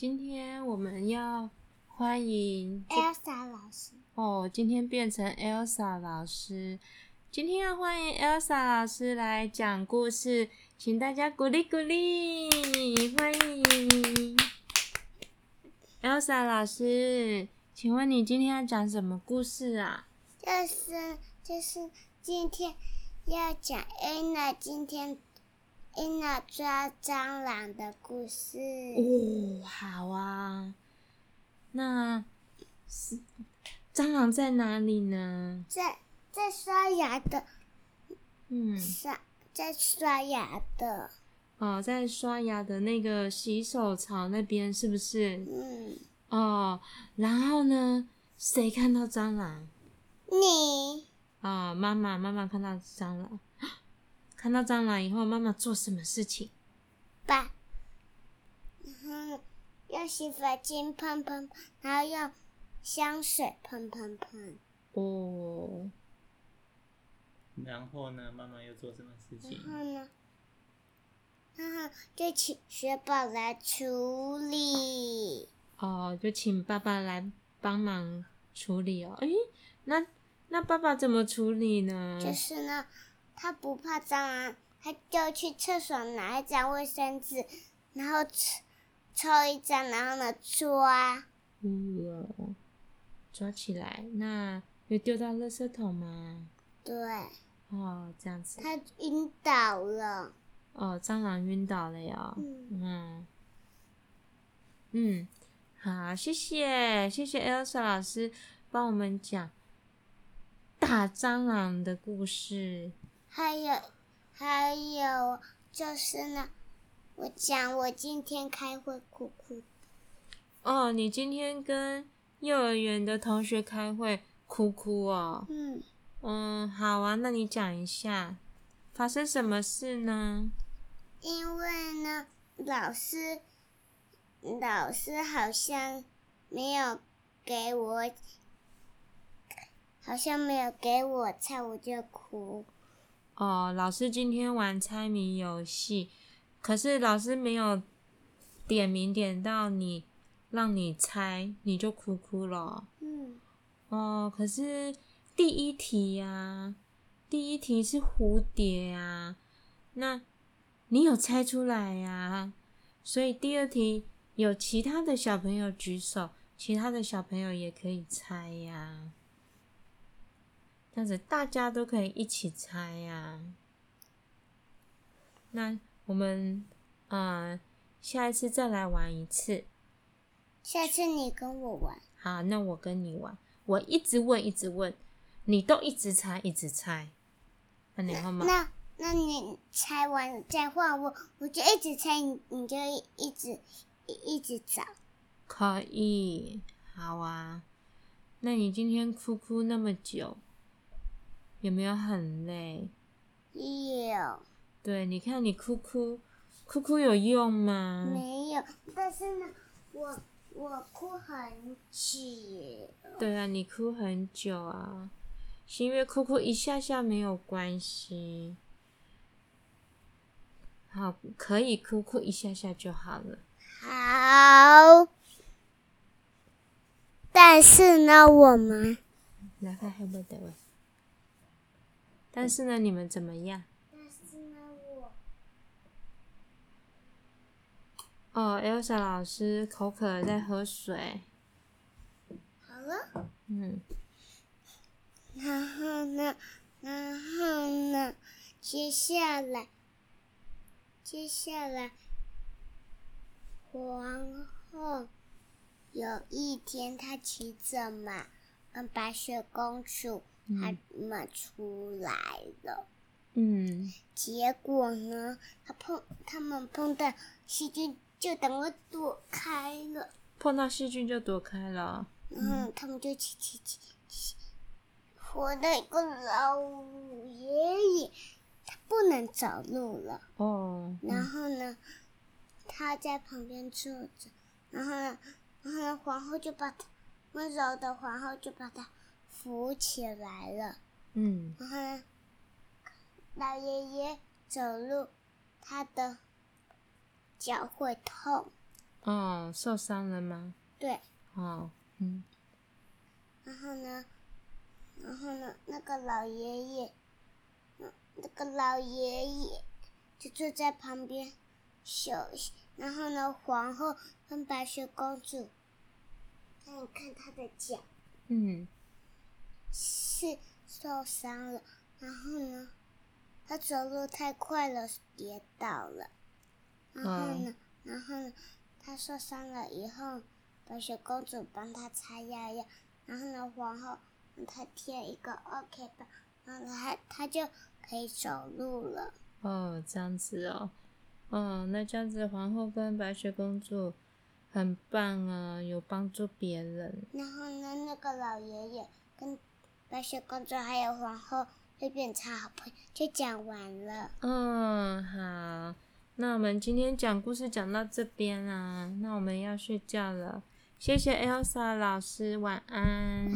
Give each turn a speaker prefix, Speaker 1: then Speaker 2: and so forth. Speaker 1: 今天我们要欢迎
Speaker 2: Elsa 老师，
Speaker 1: 哦，今天变成 Elsa 老师。今天要欢迎 Elsa 老师来讲故事，请大家鼓励鼓励，欢迎 Elsa 老师。请问你今天要讲什么故事啊？
Speaker 2: 就是就是今天要讲 Anna 今天 Anna 抓蟑螂的故事。
Speaker 1: 哦，好啊。那是蟑螂在哪里呢？
Speaker 2: 在在刷牙的
Speaker 1: 嗯，
Speaker 2: 刷在刷牙的，
Speaker 1: 哦，在刷牙的那个洗手槽那边是不是？
Speaker 2: 嗯，
Speaker 1: 哦，然后呢，谁看到蟑螂？
Speaker 2: 你
Speaker 1: 啊、妈妈，妈妈看到蟑螂，看到蟑螂以后，妈妈做什么事情？
Speaker 2: 把嗯用洗发精喷喷，喷然后用香水喷喷喷，
Speaker 1: 哦，
Speaker 3: 然后呢，妈妈又做什么事情
Speaker 2: 然？后呢，然后就请雪宝来处理。
Speaker 1: 哦，就请爸爸来帮忙处理哦。诶，那那爸爸怎么处理呢？
Speaker 2: 就是呢，他不怕蟑螂，他就去厕所拿一张卫生纸，然后抽抽一张，然后呢抓，
Speaker 1: 哦抓起来，那又丢到垃圾桶吗？
Speaker 2: 对，
Speaker 1: 哦，这样子。
Speaker 2: 他晕倒了。
Speaker 1: 哦，蟑螂晕倒了哟。
Speaker 2: 嗯，
Speaker 1: 嗯，嗯，好，谢谢谢谢 Elsa 老师帮我们讲大蟑螂的故事。
Speaker 2: 还有还有就是呢，我讲我今天开会哭哭，
Speaker 1: 哦，你今天跟幼儿园的同学开会，哭哭哦。
Speaker 2: 嗯，
Speaker 1: 嗯，好啊，那你讲一下发生什么事呢？
Speaker 2: 因为呢老师老师好像没有给我。好像没有给我菜，我就哭。
Speaker 1: 哦，老师今天玩猜谜游戏，可是老师没有点名点到你，让你猜，你就哭哭了哦。
Speaker 2: 嗯，
Speaker 1: 哦，可是第一题呀、第一题是蝴蝶啊，那你有猜出来呀、所以第二题有其他的小朋友举手，其他的小朋友也可以猜呀、这样子大家都可以一起猜呀、那我们嗯、呃下一次再来玩一次。
Speaker 2: 下次你跟我玩，
Speaker 1: 好，那我跟你玩，我一直问，一直问，你都一直猜，一直猜，那你好吗？
Speaker 2: 那那你猜完了再换我，我就一直猜你，你就一一直一一直找。
Speaker 1: 可以，好啊。那你今天哭哭那么久，有没有很累？
Speaker 2: 有
Speaker 1: 对，你看你哭哭，哭哭有用吗？
Speaker 2: 没有？但是呢，我我哭很久。
Speaker 1: 对啊，你哭很久啊，是因为哭哭一下下没有关系。好，可以哭哭一下下就好了。
Speaker 2: 好，但是呢，我们
Speaker 1: 来看黑白的喂。但是呢，你们怎么样？
Speaker 2: 但是呢，我
Speaker 1: 哦，Elsa 老师口渴了，在喝水。
Speaker 2: 好了。
Speaker 1: 嗯，
Speaker 2: 然后呢，然后呢，接下来，接下来，皇后有一天她骑着马，嗯，白雪公主她们出来了。
Speaker 1: 嗯，
Speaker 2: 结果呢，她碰她们碰到细菌，就等我躲开了。
Speaker 1: 碰到细菌就躲开了。
Speaker 2: 嗯，他们就骑骑骑骑，活的一个老爷爷，他不能走路了。
Speaker 1: 哦，
Speaker 2: 然后呢，他在旁边坐着，然后呢，然后呢，皇后就把他温柔的皇后就把他扶起来了。
Speaker 1: 嗯，
Speaker 2: 然后呢，老爷爷走路，他的脚会痛。
Speaker 1: 哦，受伤了吗？
Speaker 2: 对，
Speaker 1: 哦，嗯，
Speaker 2: 然后呢，然后呢，那个老爷爷，嗯那个老爷爷就坐在旁边休息。然后呢，皇后跟白雪公主，那你看她的脚
Speaker 1: 嗯，
Speaker 2: 是受伤了，然后呢，她走路太快了，跌倒了。然后呢，然后呢，她受伤了以后，白雪公主帮她擦药药，然后呢，皇后让她贴一个 OK 吧，然后她她就可以走路了。
Speaker 1: 哦，这样子哦，哦，那这样子，皇后跟白雪公主很棒啊，有帮助别人。
Speaker 2: 然后呢，那个老爷爷跟白雪公主还有皇后会变成好朋友，就讲完了。
Speaker 1: 嗯，好，那我们今天讲故事讲到这啊边啦、那我们要睡觉了。谢谢 Elsa 老师，晚安。